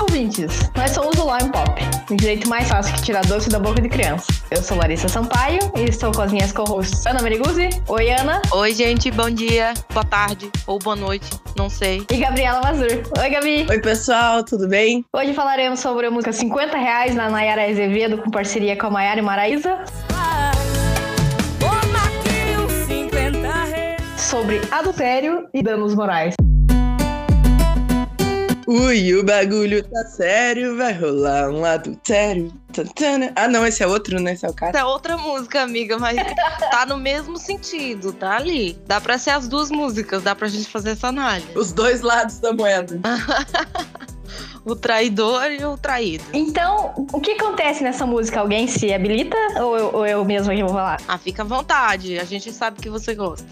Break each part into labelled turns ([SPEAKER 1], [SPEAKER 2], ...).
[SPEAKER 1] ouvintes, nós somos o Lime Pop, o direito mais fácil que tirar doce da boca de criança. Eu sou Larissa Sampaio e estou com as minhas co-hosts Ana Meriguzzi, Oi Ana
[SPEAKER 2] Oi, gente, bom dia, boa tarde ou boa noite, não sei.
[SPEAKER 1] e Gabriela Mazur. Oi Gabi!
[SPEAKER 3] Oi, pessoal, tudo bem?
[SPEAKER 1] Hoje falaremos sobre a música 50 reais na Nayara Azevedo com parceria com a Maiara e Maraísa,
[SPEAKER 4] Toma aqui uns 50 reais.
[SPEAKER 1] sobre adultério e danos morais.
[SPEAKER 3] Ui, o bagulho tá sério, vai rolar um adultério. Tantana. Ah, não, esse é outro, né? Esse é o cara.
[SPEAKER 2] Essa é outra música, amiga, mas tá no mesmo sentido, tá ali. Dá pra ser as duas músicas, dá pra gente fazer essa análise.
[SPEAKER 3] Os dois lados da moeda.
[SPEAKER 2] O traidor e o traído.
[SPEAKER 1] Então, o que acontece nessa música? Alguém se habilita ou eu, ou eu mesma que vou falar?
[SPEAKER 2] Ah, fica à vontade, a gente sabe que você gosta.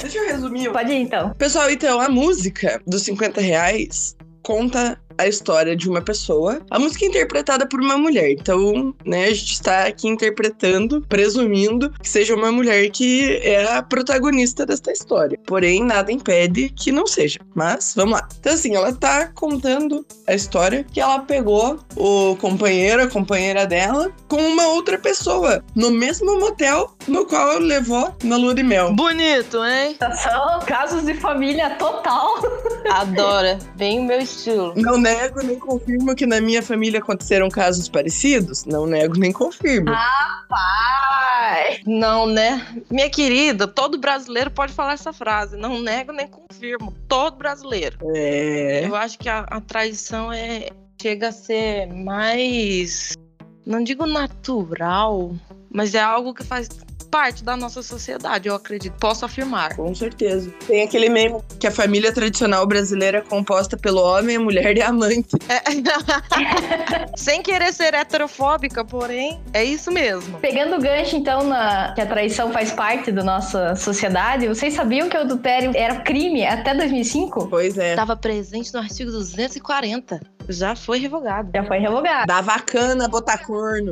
[SPEAKER 3] Deixa eu resumir.
[SPEAKER 1] Pode ir então.
[SPEAKER 3] Pessoal, então, a música dos 50 reais conta a história de uma pessoa. A música é interpretada por uma mulher. Então, né, a gente está aqui interpretando, presumindo que seja uma mulher que é a protagonista desta história. Porém, nada impede que não seja. Mas vamos lá. Então, assim, ela tá contando a história que ela pegou o companheiro, a companheira dela, com uma outra pessoa, no mesmo motel no qual levou na lua de mel.
[SPEAKER 2] Bonito, hein?
[SPEAKER 1] São Tá casos de família total.
[SPEAKER 2] Adora, bem o meu estilo.
[SPEAKER 3] Não nego nem confirmo que na minha família aconteceram casos parecidos. Não nego nem confirmo.
[SPEAKER 1] Ai,
[SPEAKER 2] Não, né? Minha querida, todo brasileiro pode falar essa frase. Não nego nem confirmo. Todo brasileiro.
[SPEAKER 3] É.
[SPEAKER 2] Eu acho que a, a traição é chega a ser mais, não digo natural, mas é algo que faz parte da nossa sociedade, eu acredito, posso afirmar.
[SPEAKER 3] Com certeza. Tem aquele meme que a família tradicional brasileira é composta pelo homem, a mulher e a amante.
[SPEAKER 2] É- Sem querer ser heterofóbica, porém, é isso mesmo.
[SPEAKER 1] Pegando o gancho, então, na- que a traição faz parte da nossa sociedade, vocês sabiam que o adultério era crime até 2005?
[SPEAKER 3] Pois é.
[SPEAKER 2] Estava presente no artigo 240. Já foi revogado.
[SPEAKER 1] Já foi revogado.
[SPEAKER 3] Dá vacana botar corno.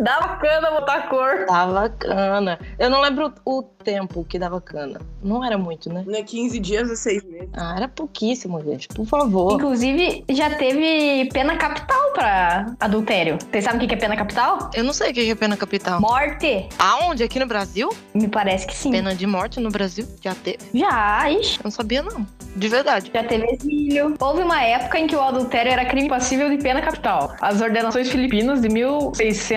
[SPEAKER 1] Dá bacana botar cor.
[SPEAKER 2] Dava cana. Eu não lembro o tempo que dava cana. Não era muito, né?
[SPEAKER 3] Não é 15 dias a 6 meses.
[SPEAKER 2] Ah, era pouquíssimo, gente. Por favor.
[SPEAKER 1] Inclusive, já teve pena capital pra adultério. Vocês sabem o que que é pena capital?
[SPEAKER 2] Eu não sei o que é pena capital.
[SPEAKER 1] Morte.
[SPEAKER 2] Aonde? Aqui no Brasil?
[SPEAKER 1] Me parece que sim.
[SPEAKER 2] Pena de morte no Brasil? Já teve?
[SPEAKER 1] Já, ixi.
[SPEAKER 2] Eu não sabia, não. De verdade.
[SPEAKER 1] Já teve exílio. Houve uma época em que o adultério era crime passível de pena capital. As ordenações filipinas de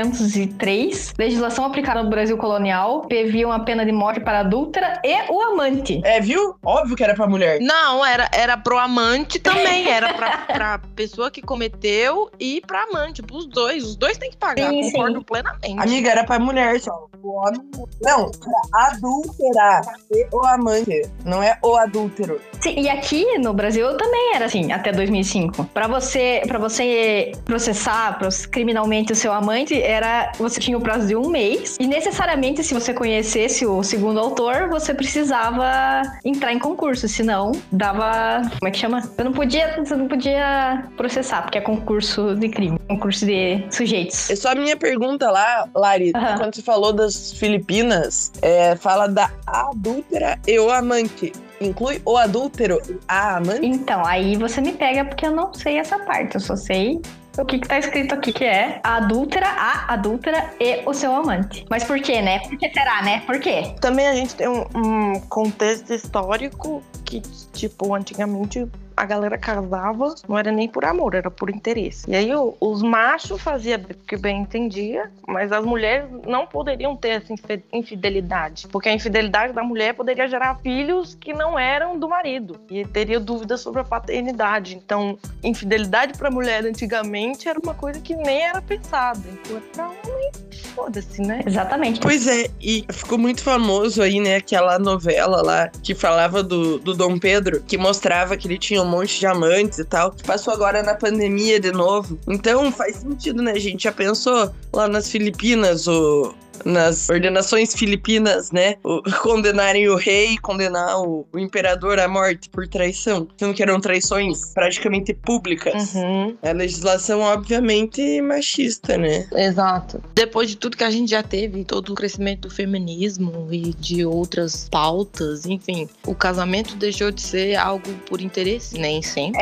[SPEAKER 1] 1603, legislação aplicada no Brasil colonial, previam a pena de morte para a adúltera e o amante.
[SPEAKER 3] É, viu? Óbvio que era pra mulher.
[SPEAKER 2] Não, era, era pro amante também. Era pra, pra pessoa que cometeu e pra amante. Pros dois. Os dois têm que pagar.
[SPEAKER 1] Sim,
[SPEAKER 2] concordo
[SPEAKER 1] sim.
[SPEAKER 2] plenamente.
[SPEAKER 3] Amiga, era pra mulher só. O homem. Não, pra adulterar. Pra ser o amante. Não é o adúltero.
[SPEAKER 1] Sim, e aqui no Brasil também era assim, até 2005. Pra você, para você processar pros- criminalmente o seu amante, era você tinha o prazo de um mês e necessariamente se você conhecesse o segundo autor, você precisava entrar em concurso, senão dava, como é que chama? Você não podia, você não podia processar porque é concurso de crime, concurso de sujeitos.
[SPEAKER 3] É só a minha pergunta lá, Lari.
[SPEAKER 1] Aham.
[SPEAKER 3] Quando você falou das Filipinas, é, fala da adúltera e o amante. Inclui o adúltero e a amante?
[SPEAKER 1] Então, aí você me pega porque eu não sei essa parte, eu só sei o que, que tá escrito aqui, que é a adúltera, a adúltera e o seu amante. Mas por quê, né? Por que será, né? Por quê?
[SPEAKER 2] Também a gente tem um, um contexto histórico que, tipo, antigamente a galera casava, não era nem por amor, era por interesse. E aí o- os machos faziam porque bem entendia, mas as mulheres não poderiam ter essa infe- infidelidade, porque a infidelidade da mulher poderia gerar filhos que não eram do marido e teria dúvidas sobre a paternidade. Então, infidelidade pra mulher antigamente era uma coisa que nem era pensada. Enquanto pra homem, foda-se, né?
[SPEAKER 1] Exatamente.
[SPEAKER 3] Pois é, e ficou muito famoso aí, né, aquela novela lá que falava do, do Dom Pedro, que mostrava que ele tinha um monte de amantes e tal, que passou agora na pandemia de novo. Então faz sentido, né, gente? Já pensou lá nas Filipinas, o. Nas ordenações filipinas, né? o- condenarem o rei, condenar o, o imperador à morte por traição. Sendo que eram traições praticamente públicas.
[SPEAKER 2] Uhum.
[SPEAKER 3] A legislação, obviamente, machista, né?
[SPEAKER 2] Exato. Depois de tudo que a gente já teve, todo o crescimento do feminismo e de outras né, pautas, enfim, o casamento deixou de ser algo por interesse, nem sempre.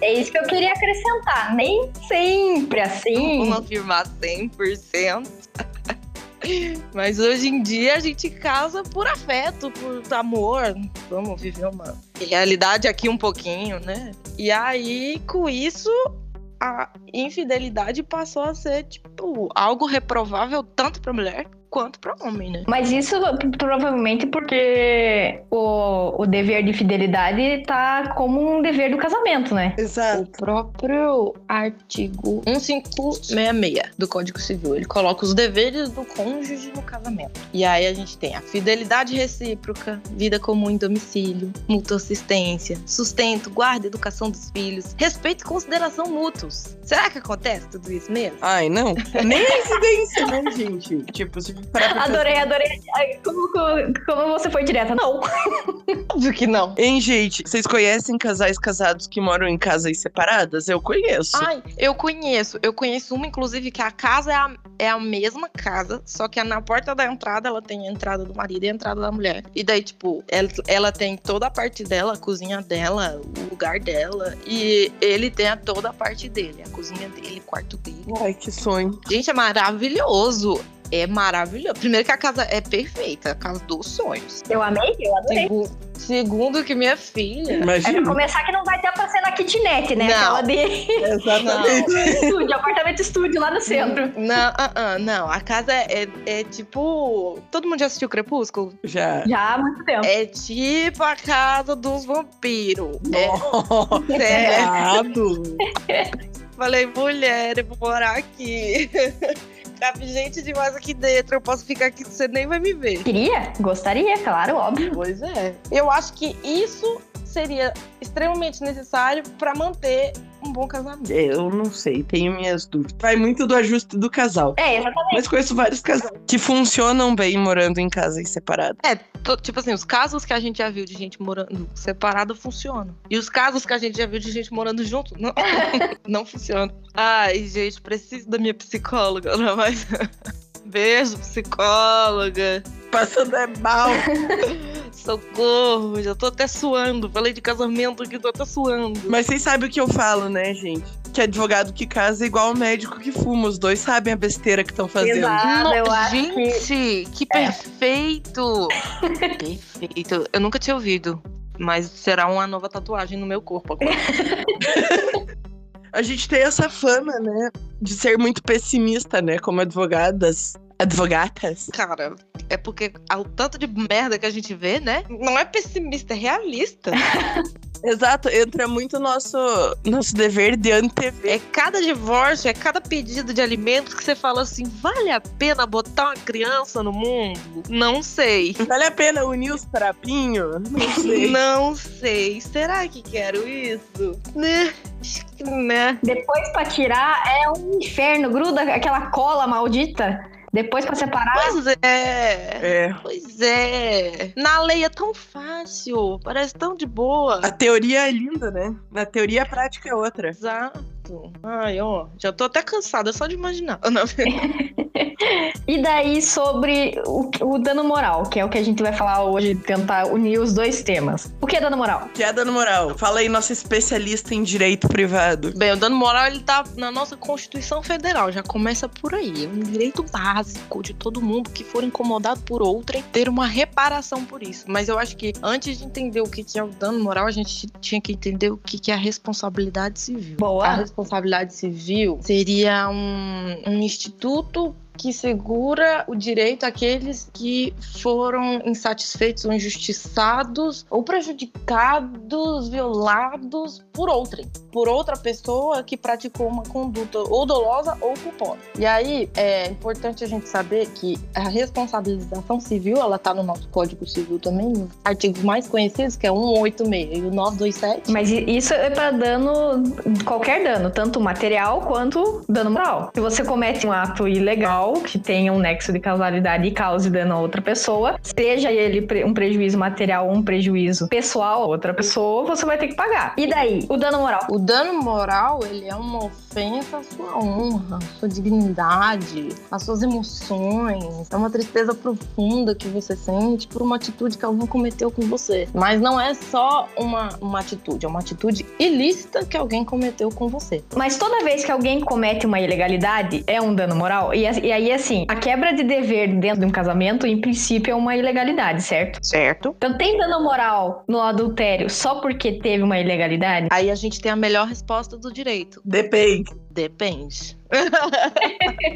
[SPEAKER 1] É isso que eu queria acrescentar. Nem sempre assim.
[SPEAKER 2] Vamos afirmar 100%. Mas hoje em dia a gente casa por afeto, por amor. Vamos viver uma realidade aqui um pouquinho, né? E aí, com isso, a infidelidade passou a ser, tipo, algo reprovável tanto pra mulher quanto pra homem, né?
[SPEAKER 1] Mas isso provavelmente porque o, o dever de fidelidade tá como um dever do casamento, né?
[SPEAKER 3] Exato.
[SPEAKER 2] O próprio artigo 1566 do Código Civil, ele coloca os deveres do cônjuge no casamento. E aí a gente tem a fidelidade recíproca, vida comum em domicílio, mútua assistência, sustento, guarda, e educação dos filhos, respeito e consideração mútuos. Será que acontece tudo isso mesmo?
[SPEAKER 3] Ai, não. Nem a incidência, né, gente? Tipo, se parar pra pensar-
[SPEAKER 1] Adorei, adorei. Ai, Como, como- como você foi direta? Não.
[SPEAKER 2] Óbvio que não.
[SPEAKER 3] Hein, gente, vocês conhecem casais casados que moram em casas separadas? Eu conheço.
[SPEAKER 2] Ai, eu conheço. Eu conheço uma, inclusive, que a casa é a, é a mesma casa, só que é na porta da entrada ela tem a entrada do marido e a entrada da mulher. E daí, tipo, ela, ela tem toda a parte dela, a cozinha dela, o lugar dela. E ele tem a toda a parte dele, a cozinha dele, o quarto dele.
[SPEAKER 3] Ai, que sonho.
[SPEAKER 2] Gente, é maravilhoso. É maravilhoso. Primeiro que a casa é perfeita, a casa dos sonhos.
[SPEAKER 1] Eu amei, eu adorei.
[SPEAKER 2] Segu- segundo que minha filha.
[SPEAKER 1] É pra
[SPEAKER 3] Imagina.
[SPEAKER 1] começar que não vai ter pra ser na kitnet, né?
[SPEAKER 2] Não.
[SPEAKER 1] Aquela de
[SPEAKER 3] É Exatamente.
[SPEAKER 1] estúdio, apartamento estúdio lá no centro.
[SPEAKER 2] Não, ah, ah, não. A casa é, é tipo. Todo mundo já assistiu Crepúsculo?
[SPEAKER 3] Já.
[SPEAKER 1] Já há muito tempo.
[SPEAKER 2] É tipo a casa dos vampiros. É,
[SPEAKER 3] Nossa,
[SPEAKER 2] sério.
[SPEAKER 3] errado.
[SPEAKER 2] Falei, mulher, eu vou morar aqui. Cabe gente demais aqui dentro. Eu posso ficar aqui, você nem vai me ver.
[SPEAKER 1] Queria? Gostaria, claro, óbvio.
[SPEAKER 2] Pois é. Eu acho que isso seria extremamente necessário pra manter um bom casamento.
[SPEAKER 3] Eu não sei, tenho minhas dúvidas. Vai muito do ajuste do casal.
[SPEAKER 1] É, exatamente.
[SPEAKER 3] Mas conheço vários casais que funcionam bem morando em casas separadas.
[SPEAKER 2] É, to- tipo assim, os casos que a gente já viu de gente morando separado funcionam. E os casos que a gente já viu de gente morando junto não, não funcionam. Ai, gente, preciso da minha psicóloga, não, mas. Beijo, psicóloga.
[SPEAKER 3] Passando é mal.
[SPEAKER 2] Socorro, já tô até suando. Falei de casamento aqui, tô até suando.
[SPEAKER 3] Mas vocês sabem o que eu falo, né, gente? Que advogado que casa é igual o médico que fuma. Os dois sabem a besteira que estão fazendo.
[SPEAKER 1] Pesado, Ah, eu acho que-
[SPEAKER 2] Ah,
[SPEAKER 1] É.
[SPEAKER 2] gente, que, perfeito! perfeito. Eu nunca tinha ouvido. Mas será uma nova tatuagem no meu corpo agora.
[SPEAKER 3] A gente tem essa fama, né? De ser muito pessimista, né? Como advogadas. Advogatas.
[SPEAKER 2] Cara, é porque o tanto de merda que a gente vê, né? Não é pessimista, é realista.
[SPEAKER 3] Exato, entra muito nosso, nosso dever de antever.
[SPEAKER 2] É cada divórcio, é cada pedido de alimentos que você fala assim: vale a pena botar uma criança no mundo? Não sei.
[SPEAKER 3] Vale a pena unir os trapinhos? Não sei.
[SPEAKER 2] Não sei. Será que quero isso? Né? Acho que né?
[SPEAKER 1] Depois pra tirar é um inferno, gruda aquela cola maldita. Depois pra separar.
[SPEAKER 2] Pois é.
[SPEAKER 3] É.
[SPEAKER 2] Pois é. Na lei é tão fácil. Parece tão de boa.
[SPEAKER 3] A teoria é linda, né? Na teoria a prática é outra.
[SPEAKER 2] Exato. Ai, ó. Já tô até cansada só de imaginar. Não,
[SPEAKER 1] E daí sobre o, o dano moral, que é o que a gente vai falar hoje, tentar unir os dois temas. O que é dano moral?
[SPEAKER 3] Piada no moral. Fala aí, nossa especialista em direito privado.
[SPEAKER 2] Bem, o dano moral ele tá na nossa Constituição Federal, já começa por aí. É um direito básico de todo mundo que for incomodado por outrem ter uma reparação por isso. Mas eu acho que antes de entender o que que é o dano moral, a gente tinha que entender o que que é a responsabilidade civil.
[SPEAKER 1] Boa.
[SPEAKER 2] A responsabilidade civil seria um, um instituto que segura o direito àqueles que foram insatisfeitos ou injustiçados ou prejudicados, violados por outrem, por outra pessoa que praticou uma conduta ou dolosa ou culposa. E aí é importante a gente saber que a responsabilização civil, ela tá no nosso Código Civil também, nos artigos mais conhecidos, que é 186 e o 927.
[SPEAKER 1] Mas i- isso é pra dano, qualquer dano, tanto material quanto dano moral. Se você comete um ato ilegal, sexual que tenha um nexo de causalidade e cause dano a outra pessoa, seja ele pre- um prejuízo material ou um prejuízo pessoal a outra pessoa, você vai ter que pagar. E daí? O dano moral.
[SPEAKER 2] O dano moral, ele é uma ofensa à sua honra, à sua dignidade, às suas emoções. É uma tristeza profunda que você sente por uma atitude que alguém cometeu com você. Mas não é só uma, uma atitude, é uma atitude ilícita que alguém cometeu com você.
[SPEAKER 1] Mas toda vez que alguém comete uma ilegalidade, é um dano moral? E, a- e aí, assim, a quebra de dever dentro de um casamento, em princípio, é uma ilegalidade, certo?
[SPEAKER 2] Certo.
[SPEAKER 1] Então tem dano moral no adultério só porque teve uma ilegalidade?
[SPEAKER 2] Aí a gente tem a melhor resposta do direito.
[SPEAKER 3] Depende.
[SPEAKER 2] Depende.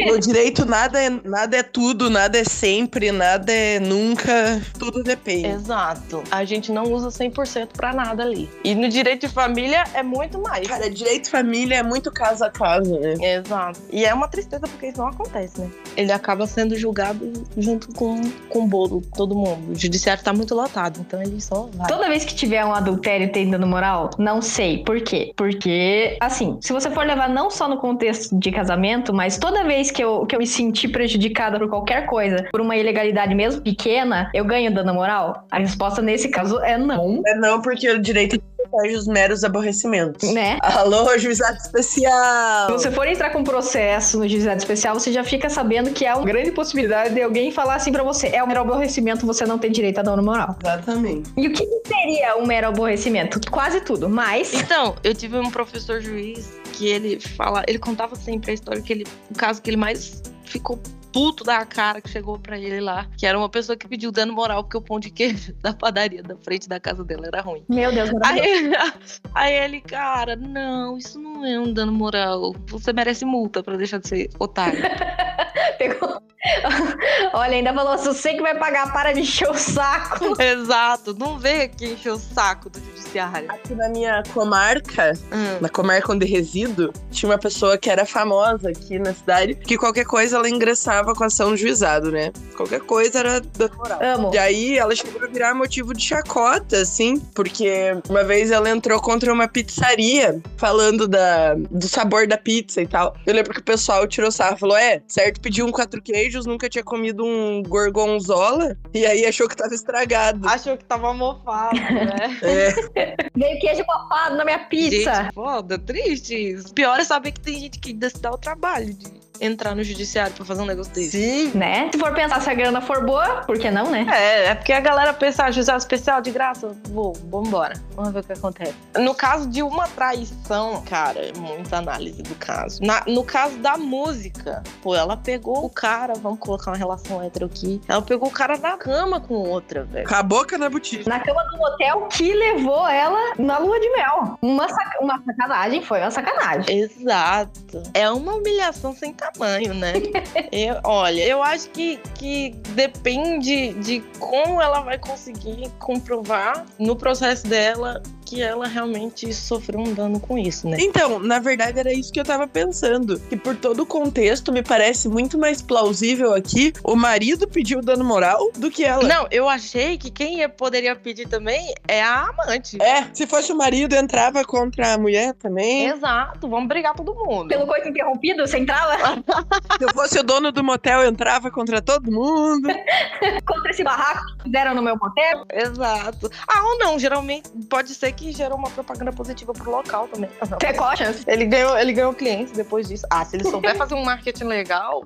[SPEAKER 3] No direito, nada é, nada é tudo, nada é sempre, nada é nunca. Tudo depende.
[SPEAKER 2] Exato. A gente não usa 100% pra nada ali. E no direito de família é muito mais.
[SPEAKER 3] Cara, direito família é muito caso a caso, né?
[SPEAKER 2] Exato. E é uma tristeza porque isso não acontece, né? Ele acaba sendo julgado junto com, com o bolo, todo mundo. O judiciário tá muito lotado, então ele só vai.
[SPEAKER 1] Toda vez que tiver um adultério tem dano moral? Não sei. Por quê? Porque, assim, se você for levar não só no contexto de casamento, mas toda vez que eu, que eu me senti prejudicada por qualquer coisa, por uma ilegalidade mesmo pequena, eu ganho dano moral? A resposta nesse caso é não,
[SPEAKER 3] É não porque o direito protege os meros aborrecimentos.
[SPEAKER 1] né?
[SPEAKER 3] Alô, juizado especial!
[SPEAKER 1] Se você for entrar com processo no juizado especial, você já fica sabendo que há uma grande possibilidade de alguém falar assim pra você: é um mero aborrecimento, você não tem direito a dano moral.
[SPEAKER 3] Exatamente.
[SPEAKER 1] E o que que seria um mero aborrecimento? Quase tudo, mas.
[SPEAKER 2] Então, eu tive um professor juiz que ele fala, ele contava sempre a história que ele, o caso que ele mais ficou puto da cara que chegou pra ele lá, que era uma pessoa que pediu dano moral porque o pão de queijo da padaria da frente da casa dela era ruim.
[SPEAKER 1] Meu Deus,
[SPEAKER 2] Aí, aí ele, cara, não, isso não é um dano moral. Você merece multa pra deixar de ser otário.
[SPEAKER 1] Pegou. Olha, ainda falou assim: você que vai pagar, para de encher o saco.
[SPEAKER 2] Exato, não vem aqui encher o saco do judiciário.
[SPEAKER 3] Aqui na minha comarca,
[SPEAKER 2] Hum.
[SPEAKER 3] na comarca onde resido, tinha uma pessoa que era famosa aqui na cidade, que qualquer coisa ela ingressava com ação no juizado, né? Qualquer coisa era dano moral.
[SPEAKER 1] Amo.
[SPEAKER 3] E aí ela chegou a virar motivo de chacota, assim, porque uma vez ela entrou contra uma pizzaria falando da, do sabor da pizza e tal. Eu lembro que o pessoal tirou sarro, falou: é, certo, pediu um quatro queijos, nunca tinha comido um gorgonzola, e aí achou que tava estragado.
[SPEAKER 2] Achou que tava mofado, né?
[SPEAKER 3] É,
[SPEAKER 1] Veio queijo papado na minha pizza.
[SPEAKER 2] Gente, foda, triste isso. Pior é saber que tem gente que ainda se dá o trabalho de entrar no judiciário pra fazer um negócio desse.
[SPEAKER 3] sim.
[SPEAKER 1] Né? Se for pensar se a grana for boa, por que não, né?
[SPEAKER 2] É, é porque a galera pensa, ah, judiciário especial de graça, vou, vambora. Vamos ver o que acontece. No caso de uma traição, cara, é muita análise do caso. Na- no caso da música, pô, ela pegou o cara, vamos colocar uma relação hétero aqui. Ela pegou o cara na cama com outra, velho.
[SPEAKER 3] Com a boca na botija.
[SPEAKER 1] Na cama do motel que levou ela na lua de mel. Uma, saca- uma sacanagem, foi uma sacanagem.
[SPEAKER 2] Exato. É uma humilhação sem tamanho, né? Eu- olha, eu acho que, que depende de como ela vai conseguir comprovar no processo dela que ela realmente sofreu um dano com isso, né?
[SPEAKER 3] Então, na verdade era isso que eu tava pensando. Que por todo o contexto, me parece muito mais plausível aqui o marido pediu dano moral do que ela.
[SPEAKER 2] Não, eu achei que quem ia- poderia pedir também é a amante.
[SPEAKER 3] É, se fosse o marido, entrava contra a mulher também.
[SPEAKER 2] Exato, vamos brigar todo mundo.
[SPEAKER 1] Pelo coito interrompido, você entrava
[SPEAKER 3] Se eu fosse o dono do motel, entrava contra todo mundo.
[SPEAKER 1] contra esse barraco que fizeram no meu motel.
[SPEAKER 2] Exato. Ah, ou não, geralmente pode ser que gerou uma propaganda positiva pro local também. Ah, não.
[SPEAKER 1] Você qual a chance?
[SPEAKER 2] Ele ganhou, ele ganhou clientes depois disso. Ah, se ele souber fazer um marketing legal.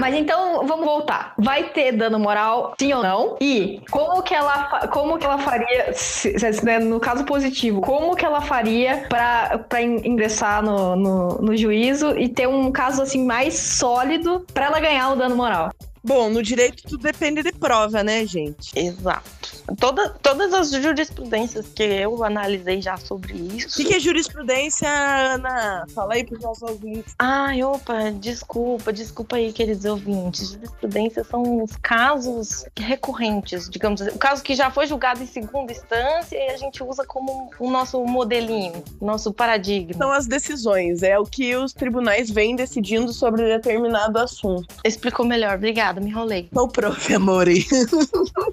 [SPEAKER 1] Mas então, vamos voltar. Vai ter dano moral, sim ou não? E como que ela, fa- como que ela faria, se- se- né, no caso positivo, como que ela faria pra pra in- ingressar no, no, no juízo e ter um caso assim mais sólido pra ela ganhar o dano moral?
[SPEAKER 3] Bom, no direito tudo depende de prova, né, gente?
[SPEAKER 2] Exato. Toda, todas as jurisprudências que eu analisei já sobre
[SPEAKER 3] O
[SPEAKER 2] isso.
[SPEAKER 3] que, que é jurisprudência, Ana? Fala aí pros nossos ouvintes.
[SPEAKER 2] Ai, opa, desculpa, desculpa aí, queridos ouvintes. Jurisprudências são os casos recorrentes, digamos assim. O caso que já foi julgado em segunda instância e a gente usa como o nosso modelinho, nosso paradigma.
[SPEAKER 3] São as decisões, é o que os tribunais vêm decidindo sobre determinado assunto.
[SPEAKER 2] Explicou melhor, obrigada, me enrolei.
[SPEAKER 3] Sou prof, amore.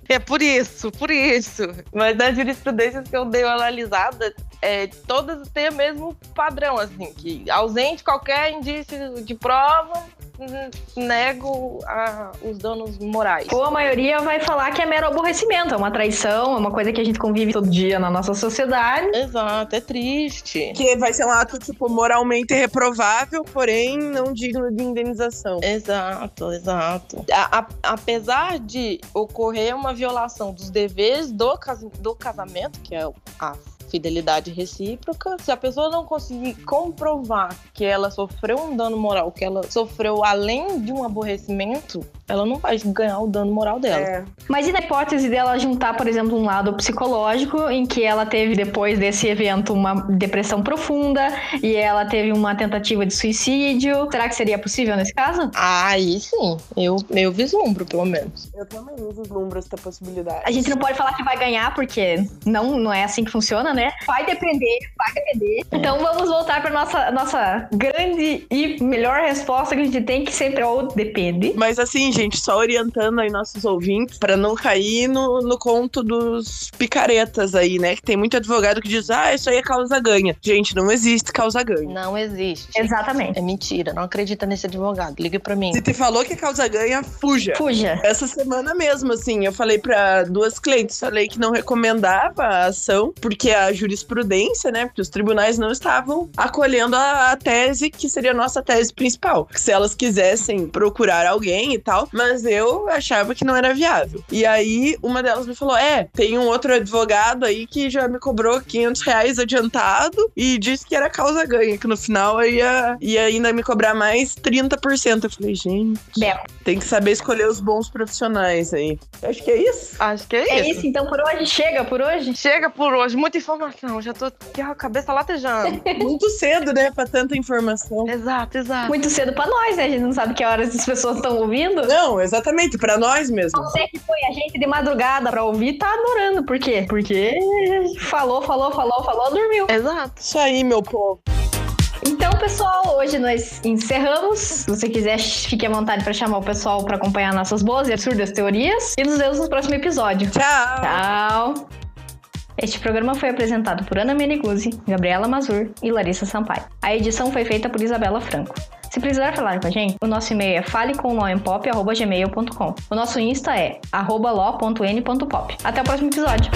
[SPEAKER 2] É por isso, por isso. Mas das jurisprudências que eu dei uma analisada, é, todas têm o mesmo padrão, assim, que ausente qualquer indício de prova, n- nego a- os danos morais.
[SPEAKER 1] Ou a maioria vai falar que é mero aborrecimento, é uma traição, é uma coisa que a gente convive todo dia na nossa sociedade.
[SPEAKER 2] Exato, é triste.
[SPEAKER 3] Que vai ser um ato, tipo, moralmente reprovável, porém não digno de indenização.
[SPEAKER 2] Exato, exato. A- a- apesar de ocorrer uma violação dos deveres do, cas- do casamento, que é o- a fidelidade recíproca, se a pessoa não conseguir comprovar que ela sofreu um dano moral, que ela sofreu além de um aborrecimento, ela não vai ganhar o dano moral dela.
[SPEAKER 3] É.
[SPEAKER 1] Mas e na hipótese dela juntar, por exemplo, um lado psicológico, em que ela teve, depois desse evento, uma depressão profunda e ela teve uma tentativa de suicídio? Será que seria possível nesse caso?
[SPEAKER 2] Aí sim, eu, eu vislumbro, pelo menos.
[SPEAKER 3] Eu também uso os números da possibilidade.
[SPEAKER 1] A gente não pode falar que vai ganhar, porque não, não é assim que funciona, né? Vai depender, vai depender. Então vamos voltar para nossa nossa grande e melhor resposta que a gente tem, que sempre é o depende.
[SPEAKER 3] Mas assim, gente, só orientando aí nossos ouvintes pra não cair no, no conto dos picaretas aí, né? Que tem muito advogado que diz, ah, isso aí é causa ganha. Gente, não existe causa ganha.
[SPEAKER 2] Não existe.
[SPEAKER 1] Exatamente.
[SPEAKER 2] É mentira, não acredita nesse advogado. Liga pra mim.
[SPEAKER 3] Se te falou que é causa ganha, fuja.
[SPEAKER 1] Fuja.
[SPEAKER 3] Essa semana mesmo, assim, eu falei pra duas clientes, falei que não recomendava a ação, porque a jurisprudência, né, porque os tribunais não estavam acolhendo a, a tese que seria a nossa tese principal. Que se elas quisessem procurar alguém e tal, mas eu achava que não era viável. E aí, uma delas me falou, é, tem um outro advogado aí que já me cobrou 500 reais adiantado e disse que era causa ganha, que no final eu ia, ia ainda me cobrar mais 30%. Eu falei, gente... Tem que saber escolher os bons profissionais aí. Acho que é isso.
[SPEAKER 2] Acho que é,
[SPEAKER 1] É isso, então por hoje chega, por hoje.
[SPEAKER 2] Chega por hoje, muita informação. Já tô aqui com a cabeça latejando.
[SPEAKER 3] Muito cedo, né, pra tanta informação.
[SPEAKER 2] exato, exato.
[SPEAKER 1] Muito cedo pra nós, né? A gente não sabe que horas as pessoas estão ouvindo.
[SPEAKER 3] Não, exatamente, pra nós mesmo.
[SPEAKER 1] Você que põe a gente de madrugada pra ouvir, tá adorando. Por quê? Porque falou, falou, falou, falou, dormiu.
[SPEAKER 2] Exato.
[SPEAKER 3] Isso aí, meu povo.
[SPEAKER 1] Então, pessoal, hoje nós encerramos. Se você quiser, fique à vontade pra chamar o pessoal pra acompanhar nossas boas e absurdas teorias. E nos vemos no próximo episódio.
[SPEAKER 3] Tchau.
[SPEAKER 1] Tchau! Este programa foi apresentado por Ana Meneguzzi, Gabriela Mazur e Larissa Sampaio. A edição foi feita por Isabela Franco. Se precisar falar com a gente, o nosso e-mail é falecomloempop.gmail.com. O nosso Insta é arroba lo.n.pop. Até o próximo episódio!